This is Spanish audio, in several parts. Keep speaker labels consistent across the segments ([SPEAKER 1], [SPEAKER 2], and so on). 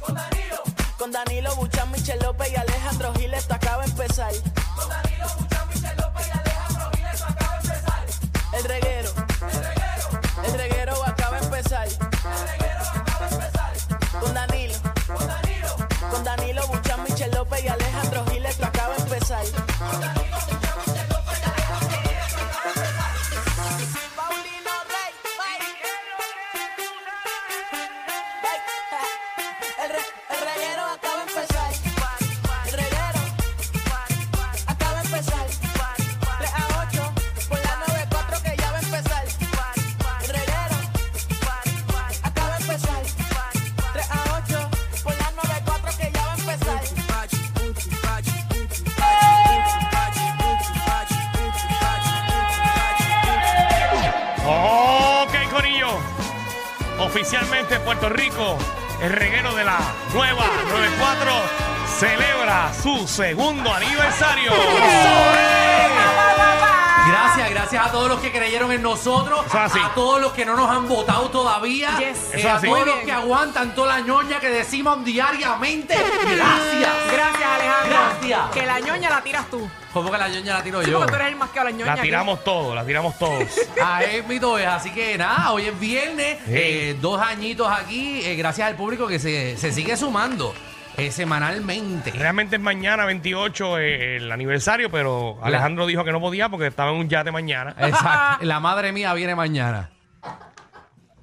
[SPEAKER 1] Con Danilo. Con Danilo Buchan, Michel López y Alejandro Giles, esto acaba de empezar. Con Danilo Buchan, Michel López y Alejandro Giles, esto acaba de empezar. El reguero. El reguero. El reguero acaba de empezar. El reguero acaba de empezar. Con Danilo. Con Danilo. Con Danilo Buchan, Michel López y Alejandro Giles, esto acaba de empezar. Paulino Rey. El, re, el reguero acaba de empezar. El reguero acaba de empezar. 3 a 8 por la 94 que ya va a empezar. El reguero acaba de empezar. 3 a 8 por la 94 que ya va a empezar.
[SPEAKER 2] Ok, Corillo. Oficialmente Puerto Rico, el reguero de la nueva 94 celebra su segundo aniversario.
[SPEAKER 3] Gracias, gracias a todos los que creyeron en nosotros,
[SPEAKER 2] Eso es así.
[SPEAKER 3] a todos los que no nos han votado todavía,
[SPEAKER 4] Yes.
[SPEAKER 2] Eso
[SPEAKER 3] eh,
[SPEAKER 2] es
[SPEAKER 3] a
[SPEAKER 2] así.
[SPEAKER 3] todos
[SPEAKER 2] Muy
[SPEAKER 3] los que aguantan toda la ñoña que decimos diariamente. Gracias.
[SPEAKER 4] Gracias, Alejandro.
[SPEAKER 3] Gracias.
[SPEAKER 4] Que la ñoña la tiras tú.
[SPEAKER 3] ¿Cómo que la ñoña la tiro
[SPEAKER 4] Sí,
[SPEAKER 3] yo?
[SPEAKER 4] porque tú eres el más que habla ñoña.
[SPEAKER 2] La tiramos todos, la tiramos todos.
[SPEAKER 3] Ah, es mi toes, así que nada, hoy es viernes,
[SPEAKER 2] Sí.
[SPEAKER 3] eh, dos añitos aquí, eh, gracias al público que se, se sigue sumando eh, semanalmente.
[SPEAKER 2] Realmente es mañana 28 eh, el aniversario, pero Alejandro dijo que no podía porque estaba en un yate mañana.
[SPEAKER 3] Exacto. La madre mía viene mañana.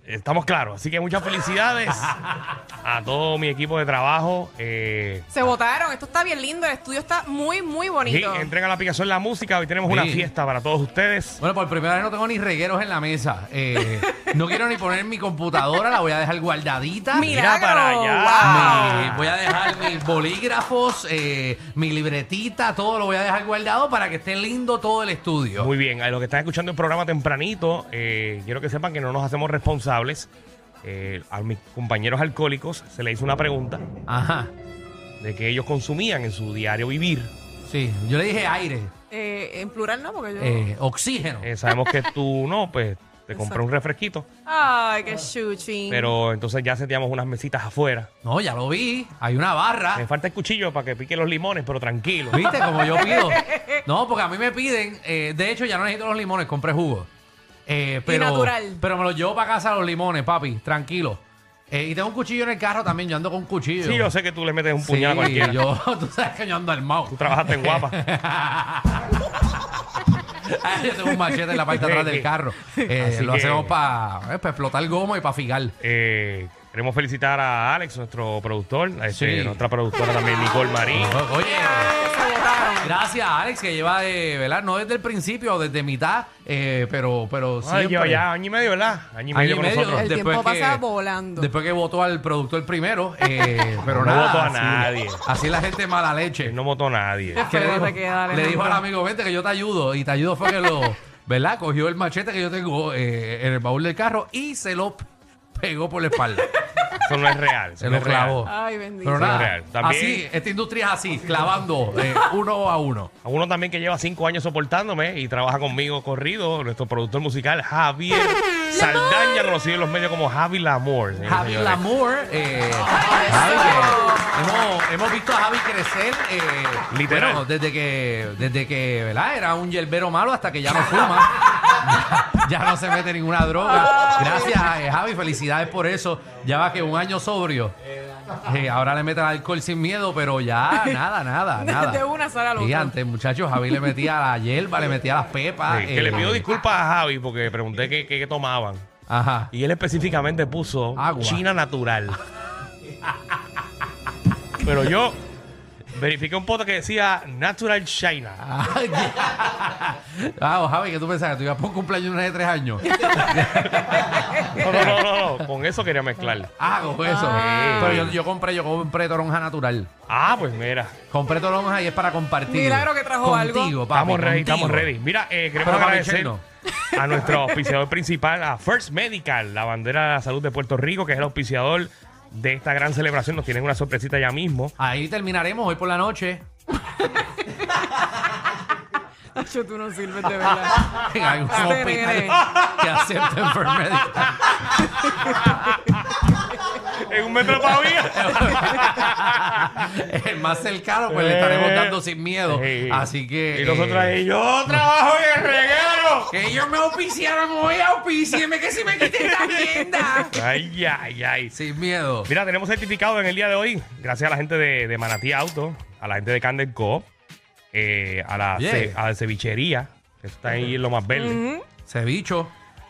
[SPEAKER 2] Estamos claros. Así que muchas felicidades a todo mi equipo de trabajo. Eh,
[SPEAKER 4] Se votaron. Esto está bien lindo. El estudio está muy, muy
[SPEAKER 2] y
[SPEAKER 4] bonito.
[SPEAKER 2] entren a la aplicación La Música. Hoy tenemos una
[SPEAKER 3] Sí.
[SPEAKER 2] fiesta para todos ustedes.
[SPEAKER 3] Bueno, por primera vez no tengo ni regueros en la mesa. Eh, no quiero ni poner mi computadora, la voy a dejar guardadita.
[SPEAKER 4] Milagro.
[SPEAKER 2] Mira para allá.
[SPEAKER 4] Wow.
[SPEAKER 2] Ah.
[SPEAKER 3] Mi- voy a dejar mis bolígrafos, eh, mi libretita, todo lo voy a dejar guardado para que esté lindo todo el estudio.
[SPEAKER 2] Muy bien, a los que están escuchando el programa tempranito, eh, quiero que sepan que no nos hacemos responsables. Eh, a mis compañeros alcohólicos se les hizo una pregunta
[SPEAKER 3] Ajá.
[SPEAKER 2] de que ellos consumían en su diario vivir.
[SPEAKER 3] Sí, yo le dije aire,
[SPEAKER 4] Eh, en plural no, porque yo...
[SPEAKER 3] eh, oxígeno.
[SPEAKER 2] Eh, sabemos que tú no, pues te compré un refresquito,
[SPEAKER 4] Ay, qué chuchín.
[SPEAKER 2] pero entonces ya sentíamos unas mesitas afuera.
[SPEAKER 3] No, ya lo vi, hay una
[SPEAKER 2] Me
[SPEAKER 3] barra.
[SPEAKER 2] falta el cuchillo para que pique los limones, pero tranquilo.
[SPEAKER 3] ¿Viste? Como yo pido. No, porque a mí me piden, eh, de hecho ya no necesito los limones, compré jugo. Eh, pero,
[SPEAKER 4] natural.
[SPEAKER 3] Pero me los llevo para casa los limones, papi, tranquilo. Eh, y tengo un cuchillo en el carro también, yo ando con un cuchillo.
[SPEAKER 2] Sí, yo sé que tú le metes un
[SPEAKER 3] Sí,
[SPEAKER 2] puñal a cualquiera.
[SPEAKER 3] yo, tú sabes que yo ando armado.
[SPEAKER 2] Tú trabajaste en guapa.
[SPEAKER 3] Ah, Yo tengo un machete en la parte de atrás del carro. Eh,
[SPEAKER 2] Así
[SPEAKER 3] lo
[SPEAKER 2] que-
[SPEAKER 3] hacemos para explotar goma y para figar.
[SPEAKER 2] Eh, queremos felicitar a Alex, nuestro productor, a este,
[SPEAKER 3] Sí.
[SPEAKER 2] nuestra productora también, Nicole Marín.
[SPEAKER 3] O- Oye,
[SPEAKER 4] Se votaron.
[SPEAKER 3] gracias Alex, que lleva de, ¿verdad? No desde el principio, desde mitad, eh, pero, pero
[SPEAKER 2] Ay,
[SPEAKER 3] siempre.
[SPEAKER 2] yo ya año y medio, ¿verdad? Año y
[SPEAKER 3] Año
[SPEAKER 2] medio
[SPEAKER 3] y
[SPEAKER 2] con
[SPEAKER 3] medio,
[SPEAKER 2] nosotros.
[SPEAKER 4] El tiempo pasa volando.
[SPEAKER 3] Después que votó al productor primero, eh, pero
[SPEAKER 2] No
[SPEAKER 3] nada.
[SPEAKER 2] votó a
[SPEAKER 3] así-
[SPEAKER 2] nadie.
[SPEAKER 3] Así la gente mala leche.
[SPEAKER 2] No votó nadie.
[SPEAKER 4] Qué
[SPEAKER 3] Que
[SPEAKER 4] feo
[SPEAKER 3] dijo-
[SPEAKER 4] te queda,
[SPEAKER 3] le dijo
[SPEAKER 4] Alejandro.
[SPEAKER 3] al amigo, vente que yo te ayudo. Y te ayudo fue que lo, ¿verdad? Cogió el machete que yo tengo eh, en el baúl del carro y se lo pegó por la espalda.
[SPEAKER 2] Eso no es real. eso
[SPEAKER 3] se
[SPEAKER 2] no
[SPEAKER 3] lo
[SPEAKER 2] es real.
[SPEAKER 3] clavó.
[SPEAKER 4] Ay, bendito.
[SPEAKER 3] Pero
[SPEAKER 2] Eso es
[SPEAKER 3] nada,
[SPEAKER 2] real. También-
[SPEAKER 3] así, esta industria es así, clavando eh, uno a uno.
[SPEAKER 2] A uno también que lleva cinco años soportándome y trabaja conmigo corrido, nuestro productor musical Javier Saldaña, conocido en los medios como Javi Lamour. señores y
[SPEAKER 3] Javi
[SPEAKER 2] señores.
[SPEAKER 3] Lamour, eh, Javi, que hemos, hemos visto a Javi crecer eh,
[SPEAKER 2] Literal.
[SPEAKER 3] bueno, desde que, desde que ¿verdad? era un yerbero malo hasta que ya no fuma. ya no se mete ninguna droga. Gracias, eh, Javi, felicidades por eso. Ya va que un año sobrio. Eh, ahora le meten alcohol sin miedo, pero ya nada, nada,
[SPEAKER 4] De-
[SPEAKER 3] nada.
[SPEAKER 4] de una sale al otro.
[SPEAKER 3] Y antes, muchachos, Javi le metía la hierba, le metía las pepas.
[SPEAKER 2] Sí, que le
[SPEAKER 3] eh,
[SPEAKER 2] pido disculpas a Javi porque pregunté qué, qué- qué tomaban.
[SPEAKER 3] Ajá.
[SPEAKER 2] Y él específicamente puso
[SPEAKER 3] Agua.
[SPEAKER 2] China natural. Pero yo verifiqué un poto que decía Natural China.
[SPEAKER 3] Ay, Vamos, Javi, que tú pensabas que tú ibas por un cumpleaños de tres años.
[SPEAKER 2] No, no, no, no, no, Con eso quería mezclar.
[SPEAKER 3] Ah, con eso. Pero yo, yo compré, yo compré toronja natural.
[SPEAKER 2] Ah, pues mira.
[SPEAKER 3] Compré toronja y es para compartir.
[SPEAKER 4] Milagro que trajo algo.
[SPEAKER 3] Contigo, papi,
[SPEAKER 2] Estamos ready,
[SPEAKER 3] contigo.
[SPEAKER 2] estamos ready. Mira, eh, queremos
[SPEAKER 3] Pero para
[SPEAKER 2] agradecer
[SPEAKER 3] Michelle
[SPEAKER 2] a nuestro auspiciador principal, a First Medical, la bandera de la salud de Puerto Rico, que es el auspiciador de esta gran celebración. Nos tienen una sorpresita ya mismo.
[SPEAKER 3] Ahí terminaremos hoy por la noche.
[SPEAKER 4] Nacho, tú no sirves de verdad.
[SPEAKER 3] En algún
[SPEAKER 4] Este
[SPEAKER 3] hospital
[SPEAKER 4] nene.
[SPEAKER 3] que acepte enfermedad.
[SPEAKER 2] En un metro
[SPEAKER 3] El más cercano, pues le estaremos
[SPEAKER 2] Eh,
[SPEAKER 3] dando sin miedo. Así que.
[SPEAKER 2] Y
[SPEAKER 3] eh,
[SPEAKER 2] nosotros ahí, yo trabajo en el reguero.
[SPEAKER 3] Que ellos me auspiciaron, me voy a auspiciarme, que si me quiten esta agenda.
[SPEAKER 2] Ay, ay, ay.
[SPEAKER 3] Sin miedo.
[SPEAKER 2] Mira, tenemos certificado en el día de hoy, gracias a la gente de, de Manatí Auto, a la gente de Candel Co, eh, a, la
[SPEAKER 3] Oye.
[SPEAKER 2] ce- a la cevichería, que está ahí en lo más verde.
[SPEAKER 3] Cevicho.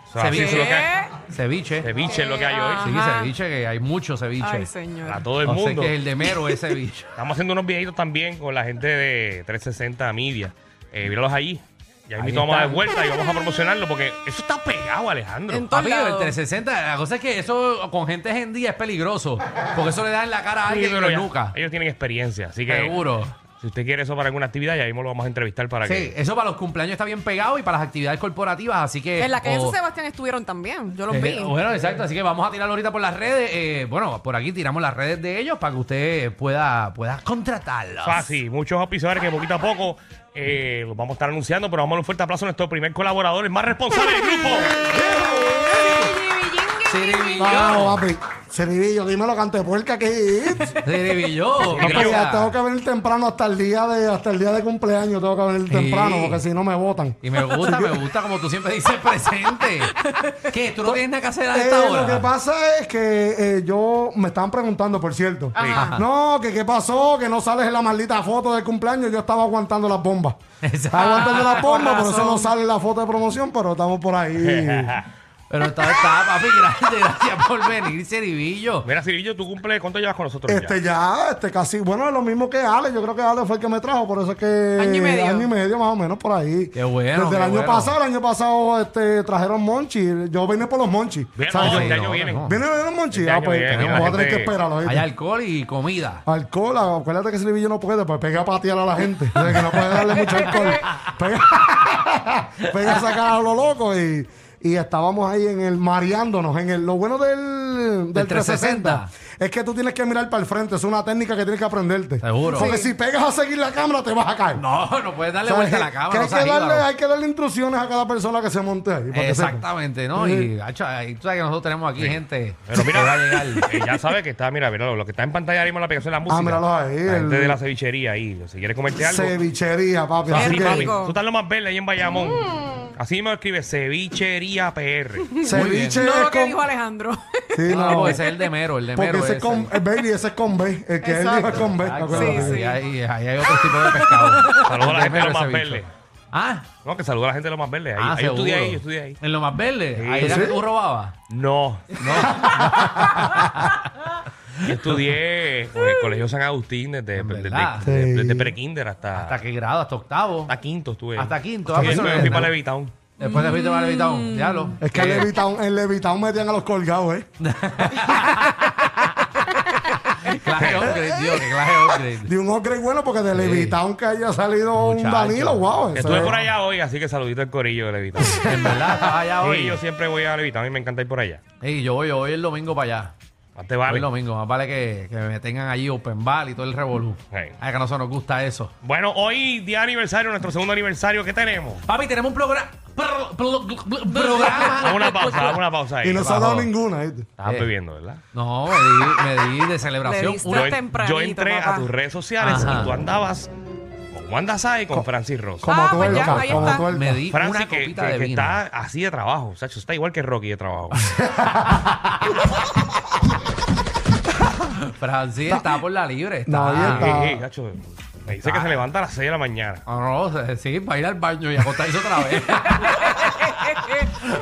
[SPEAKER 2] O sea, así
[SPEAKER 3] Ceviche.
[SPEAKER 2] es lo que hay-
[SPEAKER 4] ¿Qué?
[SPEAKER 3] Ceviche.
[SPEAKER 2] ceviche es lo que hay hoy.
[SPEAKER 3] Sí,
[SPEAKER 4] Ajá.
[SPEAKER 3] ceviche, que hay mucho ceviche.
[SPEAKER 4] Ay,
[SPEAKER 2] Para
[SPEAKER 4] señor.
[SPEAKER 2] todo el
[SPEAKER 3] No sé
[SPEAKER 2] mundo.
[SPEAKER 3] qué es el de mero es ceviche.
[SPEAKER 2] Estamos haciendo unos videitos también con la gente de 360 Media. Eh, míralos ahí. Y ahí mismo vamos a dar
[SPEAKER 3] están.
[SPEAKER 2] vuelta y vamos a promocionarlo porque eso está pegado, Alejandro.
[SPEAKER 4] En todos
[SPEAKER 3] Papi, el
[SPEAKER 4] lados.
[SPEAKER 3] 360, la cosa es que eso con gente en día es peligroso. Porque eso le da en la cara a
[SPEAKER 2] Sí,
[SPEAKER 3] alguien
[SPEAKER 2] pero
[SPEAKER 3] que
[SPEAKER 2] ya,
[SPEAKER 3] nunca.
[SPEAKER 2] Ellos tienen experiencia, así que
[SPEAKER 3] Seguro.
[SPEAKER 2] si usted quiere eso para alguna actividad, ya mismo lo vamos a entrevistar para
[SPEAKER 3] Sí,
[SPEAKER 2] que...
[SPEAKER 3] eso para los cumpleaños está bien pegado y para las actividades corporativas, así que...
[SPEAKER 4] En la calle de
[SPEAKER 3] o-
[SPEAKER 4] San Sebastián estuvieron también. Yo los
[SPEAKER 3] Eh,
[SPEAKER 4] vi.
[SPEAKER 3] Bueno, exacto. Así que vamos a tirarlo ahorita por las redes. Eh, bueno, por aquí tiramos las redes de ellos para que usted pueda, pueda contratarlos.
[SPEAKER 2] Fácil, muchos auspiciadores que poquito a poco eh, los vamos a estar anunciando, pero vamos a dar un fuerte aplauso a nuestro primer colaborador, el más responsable del grupo.
[SPEAKER 3] Siribillo.
[SPEAKER 5] Vamos, papi. Seribillo, dímelo, cante puerca que es.
[SPEAKER 3] Siribillo.
[SPEAKER 2] Gracias.
[SPEAKER 5] Mira, tengo que venir temprano hasta el día de hasta el día de cumpleaños, tengo que venir
[SPEAKER 3] Sí.
[SPEAKER 5] temprano, porque si no me votan.
[SPEAKER 3] Y me gusta, me gusta como tú siempre dices presente. ¿Qué? ¿Tú no tienes nada que hacer a esta
[SPEAKER 5] Eh,
[SPEAKER 3] hora?
[SPEAKER 5] lo que pasa es que eh, yo me estaban preguntando, por cierto.
[SPEAKER 4] Ajá.
[SPEAKER 5] No, que qué pasó, que no sales en la maldita foto del cumpleaños. Yo estaba aguantando las bombas.
[SPEAKER 3] Exacto.
[SPEAKER 5] Estaba aguantando las
[SPEAKER 4] Con
[SPEAKER 5] bombas, por eso
[SPEAKER 4] razón.
[SPEAKER 5] no sale la foto de promoción, pero estamos por ahí.
[SPEAKER 3] Pero está, está, papi, gracias, gracias por venir, Ceribillo.
[SPEAKER 2] Mira, Cirillo, tú cumple, ¿cuánto llevas con nosotros? ya?
[SPEAKER 5] Este ya, este casi, bueno, es lo mismo que Ale, yo creo que Ale fue el que me trajo, por eso es que
[SPEAKER 4] Año y medio.
[SPEAKER 5] año y medio más o menos por ahí.
[SPEAKER 3] Qué bueno,
[SPEAKER 5] Desde
[SPEAKER 3] qué
[SPEAKER 5] el año
[SPEAKER 3] bueno.
[SPEAKER 5] pasado, el año pasado este trajeron Monchi, yo vine por los Monchi.
[SPEAKER 2] Bien,
[SPEAKER 5] ¿Sabes?
[SPEAKER 2] no,
[SPEAKER 3] Ay,
[SPEAKER 2] este año
[SPEAKER 3] no,
[SPEAKER 2] viene.
[SPEAKER 3] no.
[SPEAKER 5] ¿Vienen los Monchi?
[SPEAKER 2] Este
[SPEAKER 5] Ah,
[SPEAKER 2] año
[SPEAKER 5] pues
[SPEAKER 2] viene,
[SPEAKER 5] vamos
[SPEAKER 2] la
[SPEAKER 5] a tener que
[SPEAKER 2] gente-
[SPEAKER 5] esperarlo. ¿oíste?
[SPEAKER 3] Hay alcohol y comida.
[SPEAKER 5] Alcohol, acuérdate que ese Silvillo no puede, pues pega a patear a la gente. O sea, que no puede darle mucho alcohol. Pega, pega a sacar a lo loco y, y estábamos ahí en el mareándonos. En el, lo bueno del, del
[SPEAKER 3] Del 360.
[SPEAKER 5] es que tú tienes que mirar para el frente. Es una técnica que tienes que aprenderte.
[SPEAKER 3] Seguro.
[SPEAKER 5] Porque
[SPEAKER 3] Sí.
[SPEAKER 5] si pegas a seguir la cámara, te vas a caer.
[SPEAKER 3] No, no puedes
[SPEAKER 5] O
[SPEAKER 3] darle
[SPEAKER 5] sea,
[SPEAKER 3] vuelta a
[SPEAKER 5] que-
[SPEAKER 3] la
[SPEAKER 5] que
[SPEAKER 3] cámara.
[SPEAKER 5] hay,
[SPEAKER 3] no
[SPEAKER 5] que
[SPEAKER 3] seas
[SPEAKER 5] darle,
[SPEAKER 3] íbaro.
[SPEAKER 5] hay que darle instrucciones a cada persona que se monte ahí. para que sepa.
[SPEAKER 3] Exactamente, ¿no? Y hacho, ahí tú sabes que nosotros tenemos aquí gente
[SPEAKER 2] Pero
[SPEAKER 3] que va
[SPEAKER 2] mira,
[SPEAKER 3] a llegar.
[SPEAKER 2] eh, ya sabes que está, mira, mira, lo, lo que está en pantalla ahora mismo es la aplicación de
[SPEAKER 3] Ah,
[SPEAKER 2] la música.
[SPEAKER 5] míralos ahí,
[SPEAKER 2] La gente
[SPEAKER 5] el-
[SPEAKER 2] de la cevichería ahí. Si quieres comerte algo.
[SPEAKER 5] Cevichería, papi.
[SPEAKER 2] Así,
[SPEAKER 5] Así que-
[SPEAKER 2] papi.
[SPEAKER 4] rico.
[SPEAKER 2] Tú estás en lo más verde ahí en Bayamón. Así me escribe cevichería PR.
[SPEAKER 5] Ceviche
[SPEAKER 4] No
[SPEAKER 5] es
[SPEAKER 4] lo que
[SPEAKER 5] con-
[SPEAKER 4] dijo Alejandro.
[SPEAKER 5] Sí,
[SPEAKER 3] No,
[SPEAKER 5] no.
[SPEAKER 3] porque ese es el de Mero, el de Mero.
[SPEAKER 5] Porque ese es
[SPEAKER 3] ese.
[SPEAKER 5] con, eh, baby, ese es con B. El que él dijo es
[SPEAKER 4] Exacto.
[SPEAKER 5] con B.
[SPEAKER 3] Exacto,
[SPEAKER 5] acuérdate.
[SPEAKER 4] Sí, sí.
[SPEAKER 3] ahí, ahí- ahí hay otro tipo de pescado.
[SPEAKER 2] Saludos a la
[SPEAKER 3] El
[SPEAKER 2] gente de
[SPEAKER 3] Mero,
[SPEAKER 2] lo más
[SPEAKER 3] ese bicho.
[SPEAKER 2] verde.
[SPEAKER 3] Ah,
[SPEAKER 2] No, que saluda a la gente de lo más verde. Ahí,
[SPEAKER 3] ah
[SPEAKER 2] ahí yo estudié
[SPEAKER 3] seguro.
[SPEAKER 2] ahí, yo estudié ahí.
[SPEAKER 3] En lo más verde,
[SPEAKER 2] Sí.
[SPEAKER 3] ahí era
[SPEAKER 5] ¿Sí?
[SPEAKER 3] que tú robabas.
[SPEAKER 2] No, yo estudié en el Colegio San Agustín desde, desde,
[SPEAKER 3] verdad.
[SPEAKER 2] desde-
[SPEAKER 5] Sí.
[SPEAKER 2] desde prekinder hasta,
[SPEAKER 3] ¿Hasta
[SPEAKER 2] hasta,
[SPEAKER 3] qué grado? ¿Hasta octavo?
[SPEAKER 2] quinto estuve. ahí.
[SPEAKER 3] Hasta quinto,
[SPEAKER 2] Hasta
[SPEAKER 3] ah, pues
[SPEAKER 2] quinto,
[SPEAKER 3] eso
[SPEAKER 2] me
[SPEAKER 3] no
[SPEAKER 2] fui
[SPEAKER 3] es
[SPEAKER 2] para
[SPEAKER 3] nada.
[SPEAKER 2] Levitown.
[SPEAKER 3] Después te fuiste para Levitown, diablo.
[SPEAKER 5] Es que
[SPEAKER 3] Eh,
[SPEAKER 5] en Levitown, en Levitown metían a los colgados, ¿eh?
[SPEAKER 3] clase de upgrade, Dios, qué clase de upgrade.
[SPEAKER 5] De un upgrade bueno, porque de Levitown que haya salido un
[SPEAKER 3] Muchacho.
[SPEAKER 5] Danilo, wow.
[SPEAKER 2] Que
[SPEAKER 5] eso
[SPEAKER 2] Estuve
[SPEAKER 5] es-
[SPEAKER 2] por allá hoy, así que saludito al corillo de Levitown.
[SPEAKER 3] En verdad, estaba allá
[SPEAKER 2] Sí,
[SPEAKER 3] hoy.
[SPEAKER 2] yo siempre voy a Levitown y me encanta ir por allá.
[SPEAKER 3] Y yo voy, yo voy el domingo para allá.
[SPEAKER 2] Más te
[SPEAKER 3] Hoy
[SPEAKER 2] vale.
[SPEAKER 3] el domingo, más vale que, que me tengan allí open bar y todo el revolú.
[SPEAKER 2] Sí.
[SPEAKER 3] Ay, que a nosotros nos gusta eso.
[SPEAKER 2] Bueno, hoy día aniversario, nuestro segundo aniversario, ¿qué tenemos?
[SPEAKER 3] Papi, tenemos un programa. programa.
[SPEAKER 2] Dame una pausa, dame una pausa ahí.
[SPEAKER 5] Y no se ha
[SPEAKER 3] bajó.
[SPEAKER 5] dado ninguna, ¿viste?
[SPEAKER 4] Ah,
[SPEAKER 2] Estás
[SPEAKER 3] Eh.
[SPEAKER 2] bebiendo, ¿verdad?
[SPEAKER 3] No, me di, me di de celebración.
[SPEAKER 4] Le diste
[SPEAKER 3] Una-
[SPEAKER 4] Está tempranito,
[SPEAKER 2] yo entré
[SPEAKER 4] papá.
[SPEAKER 2] a tus redes sociales
[SPEAKER 3] Ajá.
[SPEAKER 2] y tú andabas con Wanda Sai y con Francis Ross.
[SPEAKER 5] Como
[SPEAKER 4] Ah, pues ya,
[SPEAKER 5] tuerca,
[SPEAKER 4] ahí
[SPEAKER 5] como
[SPEAKER 4] está.
[SPEAKER 5] tuerca.
[SPEAKER 3] me di
[SPEAKER 2] Francis
[SPEAKER 3] una
[SPEAKER 2] que,
[SPEAKER 3] copita
[SPEAKER 2] que-
[SPEAKER 3] de
[SPEAKER 2] que
[SPEAKER 3] vino.
[SPEAKER 2] está así de trabajo, Sacho, está igual que Rocky de trabajo.
[SPEAKER 3] Francis está por la libre. Está.
[SPEAKER 5] No, ahí está.
[SPEAKER 2] Eh, eh, Sacho, me dice que se levanta a las 6 de la mañana.
[SPEAKER 3] Ah, no, se- sí, para ir al baño y acostarse otra vez.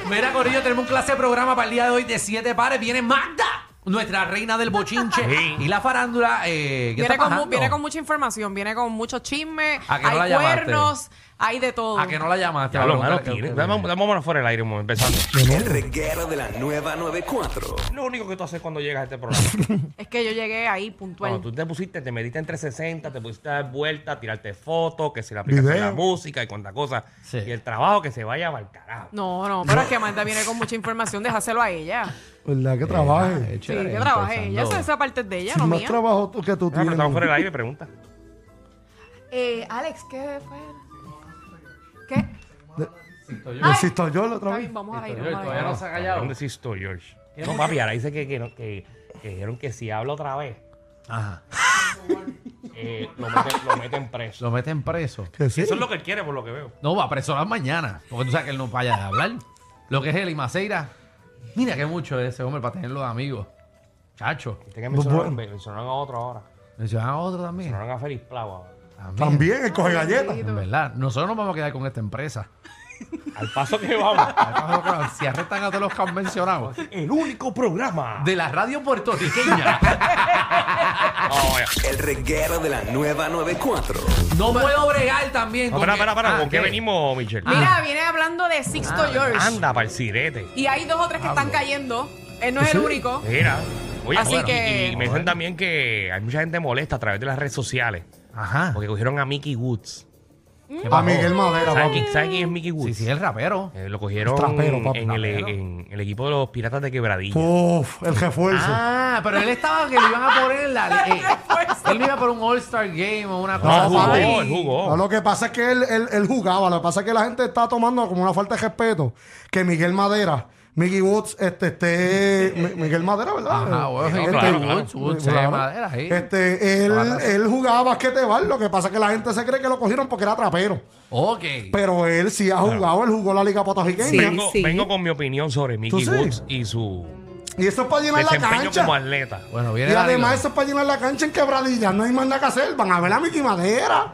[SPEAKER 3] Mira, Corillo, tenemos un clase de programa para el día de hoy de siete pares. Viene Magda. nuestra reina del bochinche
[SPEAKER 2] Sí.
[SPEAKER 3] y la farándula. Eh, ¿qué
[SPEAKER 4] Viene
[SPEAKER 3] está
[SPEAKER 4] con, mu-
[SPEAKER 3] pasando?
[SPEAKER 4] viene con mucha información, viene con muchos chismes,
[SPEAKER 3] ¿A que no la
[SPEAKER 4] hay
[SPEAKER 3] llamaste?
[SPEAKER 4] cuernos, hay de todo.
[SPEAKER 3] ¿A que no la llamaste?
[SPEAKER 2] Ya
[SPEAKER 3] Para
[SPEAKER 2] lo malo
[SPEAKER 3] preguntarle
[SPEAKER 2] tiene.
[SPEAKER 3] que-
[SPEAKER 2] Dame- Vámonos fuera del aire un momento, empezando.
[SPEAKER 6] El reguero de la nueva 94.
[SPEAKER 2] Lo único que tú haces cuando llegas a este programa.
[SPEAKER 4] Es que yo llegué ahí puntual.
[SPEAKER 2] Cuando tú te pusiste, te metiste entre 60, te pusiste a dar vueltas, tirarte fotos, que se le aplicación de
[SPEAKER 5] Video.
[SPEAKER 2] la música y cuánta cosa.
[SPEAKER 3] Sí.
[SPEAKER 2] Y el trabajo que se vaya al carajo.
[SPEAKER 4] No, no, pero es que Amanda viene con mucha información, déjaselo a ella.
[SPEAKER 5] ¿Verdad? Que
[SPEAKER 3] Ah,
[SPEAKER 5] trabaje.
[SPEAKER 3] es
[SPEAKER 4] Sí,
[SPEAKER 3] chévere,
[SPEAKER 4] que trabaje ella, esa,
[SPEAKER 3] empezando.
[SPEAKER 4] esa parte es de ella,
[SPEAKER 5] Si
[SPEAKER 4] no
[SPEAKER 5] más
[SPEAKER 4] mía.
[SPEAKER 5] trabajo tú- que tú
[SPEAKER 2] Ah, pero
[SPEAKER 5] tienes.
[SPEAKER 2] estamos fuera del aire, pregunta.
[SPEAKER 4] Eh, Alex, ¿qué fue? ¿Qué?
[SPEAKER 5] Yo Insisto yo la otra
[SPEAKER 4] Está
[SPEAKER 5] vez.
[SPEAKER 4] bien, vamos a ir.
[SPEAKER 3] Oye, todavía no se ha callado.
[SPEAKER 2] ¿Dónde sí estoy, George? No, papi, ahora dice que, que, no- que- que dijeron que si habla otra vez,
[SPEAKER 3] Ajá.
[SPEAKER 2] eh, lo, meten, lo meten preso.
[SPEAKER 3] Lo meten preso.
[SPEAKER 5] Que sí.
[SPEAKER 2] Eso es lo que él quiere, por lo que veo.
[SPEAKER 3] No, va a presonar mañana. Porque tú sabes que él no vaya a hablar. Lo que es el Maceira. Mira qué mucho es ese hombre para tener los amigos. Chacho.
[SPEAKER 2] Este que
[SPEAKER 5] Pues
[SPEAKER 2] mencionaron,
[SPEAKER 5] bueno.
[SPEAKER 2] mencionaron a otro ahora.
[SPEAKER 3] Mencionan a otro también.
[SPEAKER 2] Mencionaron a Félix Plau ahora.
[SPEAKER 3] También.
[SPEAKER 5] También, el coge galletas.
[SPEAKER 3] En verdad, nosotros nos vamos a quedar con esta empresa.
[SPEAKER 2] Al paso que vamos.
[SPEAKER 3] si arrestan a todos los que han mencionado.
[SPEAKER 2] el único programa.
[SPEAKER 3] De la radio puertorriqueña.
[SPEAKER 2] No, ya.
[SPEAKER 6] El reguero de la nueva 94.
[SPEAKER 3] No puedo bregar también.
[SPEAKER 2] No,
[SPEAKER 3] con
[SPEAKER 2] espera,
[SPEAKER 3] que-
[SPEAKER 2] espera, espera.
[SPEAKER 3] Ah,
[SPEAKER 2] ¿Con qué venimos, Michelle?
[SPEAKER 4] Mira, viene hablando de Sixto George.
[SPEAKER 2] Anda, para el sirete.
[SPEAKER 4] Y hay dos o tres que
[SPEAKER 3] Ah,
[SPEAKER 4] están cayendo. Él no es el único.
[SPEAKER 2] Mira. Oye,
[SPEAKER 4] Así
[SPEAKER 2] y-
[SPEAKER 4] que-
[SPEAKER 2] y, me dicen también que hay mucha gente molesta a través de las redes sociales.
[SPEAKER 5] Ah.
[SPEAKER 3] Ajá.
[SPEAKER 2] Porque cogieron a Mickey Woods.
[SPEAKER 3] ¿Qué
[SPEAKER 5] A
[SPEAKER 3] pasó?
[SPEAKER 5] Miguel Madera,
[SPEAKER 2] ¿Sabes
[SPEAKER 5] papi.
[SPEAKER 2] quién, sabe quién es Mickey
[SPEAKER 3] Sí,
[SPEAKER 2] Woods?
[SPEAKER 3] sí, el rapero.
[SPEAKER 2] Eh, lo cogieron
[SPEAKER 5] El trapero, papi.
[SPEAKER 2] en, el,
[SPEAKER 3] Trapero.
[SPEAKER 2] en el equipo de los Piratas de Quebradilla.
[SPEAKER 5] Uf, el refuerzo.
[SPEAKER 3] Ah, pero él estaba que lo iban a poner en la. eh, él iba por un All-Star Game o una cosa
[SPEAKER 2] No, jugó,
[SPEAKER 3] así.
[SPEAKER 2] él jugó.
[SPEAKER 5] Ah, No, lo que pasa es que él, él- él jugaba. Lo que pasa es que la gente está tomando como una falta de respeto que Miguel Madera, Mickey Woods, este, este, Mi- Miguel Madera, ¿verdad?
[SPEAKER 3] Ajá, bueno,
[SPEAKER 5] Este,
[SPEAKER 2] claro, claro.
[SPEAKER 3] Woods, Woods,
[SPEAKER 5] claro.
[SPEAKER 3] eh, madera, sí.
[SPEAKER 5] Este, él,
[SPEAKER 3] Claro.
[SPEAKER 5] él jugaba basquetebol. Lo que pasa es que la gente se cree que lo cogieron porque era trapero.
[SPEAKER 3] Ok.
[SPEAKER 5] Pero él sí ha jugado, él jugó la Liga Puertorriqueña.
[SPEAKER 4] Sí.
[SPEAKER 2] Vengo, vengo con mi opinión sobre Mickey
[SPEAKER 5] sí?
[SPEAKER 2] Woods y su
[SPEAKER 5] Y eso es para llenar la
[SPEAKER 2] desempeño
[SPEAKER 5] cancha.
[SPEAKER 2] como atleta.
[SPEAKER 3] Bueno,
[SPEAKER 5] Y
[SPEAKER 3] viene Danilo.
[SPEAKER 5] además eso es para llenar la cancha en quebradillas. No hay más nada que hacer. Van a ver a Mickey Madera.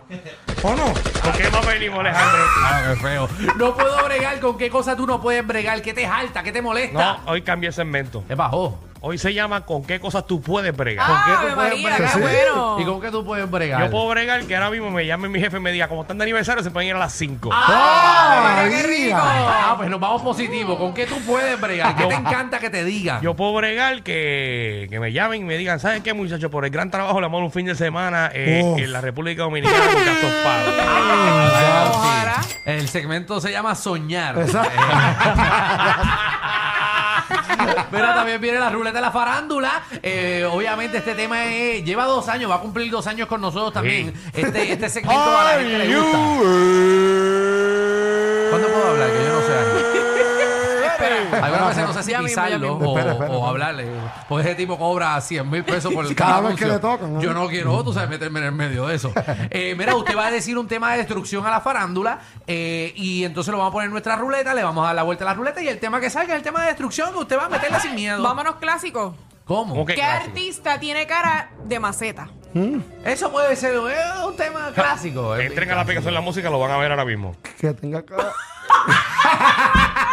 [SPEAKER 5] ¿O no?
[SPEAKER 2] ¿Por qué más venimos, Alejandro?
[SPEAKER 3] Ah, qué feo. No puedo bregar con qué cosa tú no puedes bregar. ¿Qué te jalta? ¿Qué te molesta?
[SPEAKER 2] No, hoy cambié el segmento.
[SPEAKER 3] ¿Qué bajó?
[SPEAKER 2] Hoy se llama ¿Con qué cosas tú puedes bregar?
[SPEAKER 4] Ah,
[SPEAKER 3] ¿Qué
[SPEAKER 4] Ave
[SPEAKER 3] tú puedes
[SPEAKER 4] María,
[SPEAKER 3] bregar?
[SPEAKER 4] qué bueno.
[SPEAKER 3] ¿Y con qué tú puedes
[SPEAKER 4] Ah.
[SPEAKER 3] bregar?
[SPEAKER 2] Yo puedo bregar que ahora mismo me llame mi jefe y me diga, como están de aniversario, se pueden ir a las 5.
[SPEAKER 5] ¡Ah,
[SPEAKER 4] qué rico!
[SPEAKER 3] Ah, pues nos vamos positivo. ¿Con qué tú puedes bregar? ¿Qué te encanta que te digan?
[SPEAKER 2] Yo puedo bregar que, que me llamen y me digan, ¿sabes qué, muchachos? Por el gran trabajo le mando un fin de semana eh,
[SPEAKER 5] Uf.
[SPEAKER 2] en la República Dominicana con gastos pagos.
[SPEAKER 3] Ah, sí.
[SPEAKER 4] Ojalá.
[SPEAKER 3] El segmento se llama Soñar.
[SPEAKER 5] Exacto.
[SPEAKER 3] Pero también viene la ruleta de la farándula. Eh, obviamente este tema es- lleva dos años, va a cumplir dos años con nosotros también. Este, este segmento a la gente le gusta. ¿Cuándo puedo hablar? Que yo no sé. Algunas veces no sé si
[SPEAKER 4] Ya mismo, ya
[SPEAKER 3] pisarlo
[SPEAKER 4] mismo.
[SPEAKER 3] o,
[SPEAKER 5] Espera, espera,
[SPEAKER 3] o
[SPEAKER 5] espera.
[SPEAKER 3] hablarle. Pues ese tipo cobra 100 mil pesos por el
[SPEAKER 5] Cada
[SPEAKER 3] cada
[SPEAKER 5] vez que
[SPEAKER 3] anuncio.
[SPEAKER 5] le tocan, ¿no?
[SPEAKER 3] Yo no quiero, tú sabes, meterme en el medio de eso. Eh, mira, usted va a decir un tema de destrucción a la farándula eh, y entonces lo vamos a poner en nuestra ruleta, le vamos a dar la vuelta a la ruleta y el tema que salga es el tema de destrucción que usted va a meterle sin miedo.
[SPEAKER 4] Vámonos clásicos.
[SPEAKER 3] ¿Cómo?
[SPEAKER 2] ¿Cómo que
[SPEAKER 4] ¿Qué
[SPEAKER 2] clásico?
[SPEAKER 4] artista tiene cara de maceta?
[SPEAKER 3] Eso puede ser eh, un tema clásico. eh,
[SPEAKER 2] Entren a la
[SPEAKER 3] clásico.
[SPEAKER 2] aplicación de la música, lo van a ver ahora mismo.
[SPEAKER 5] Que tenga cara.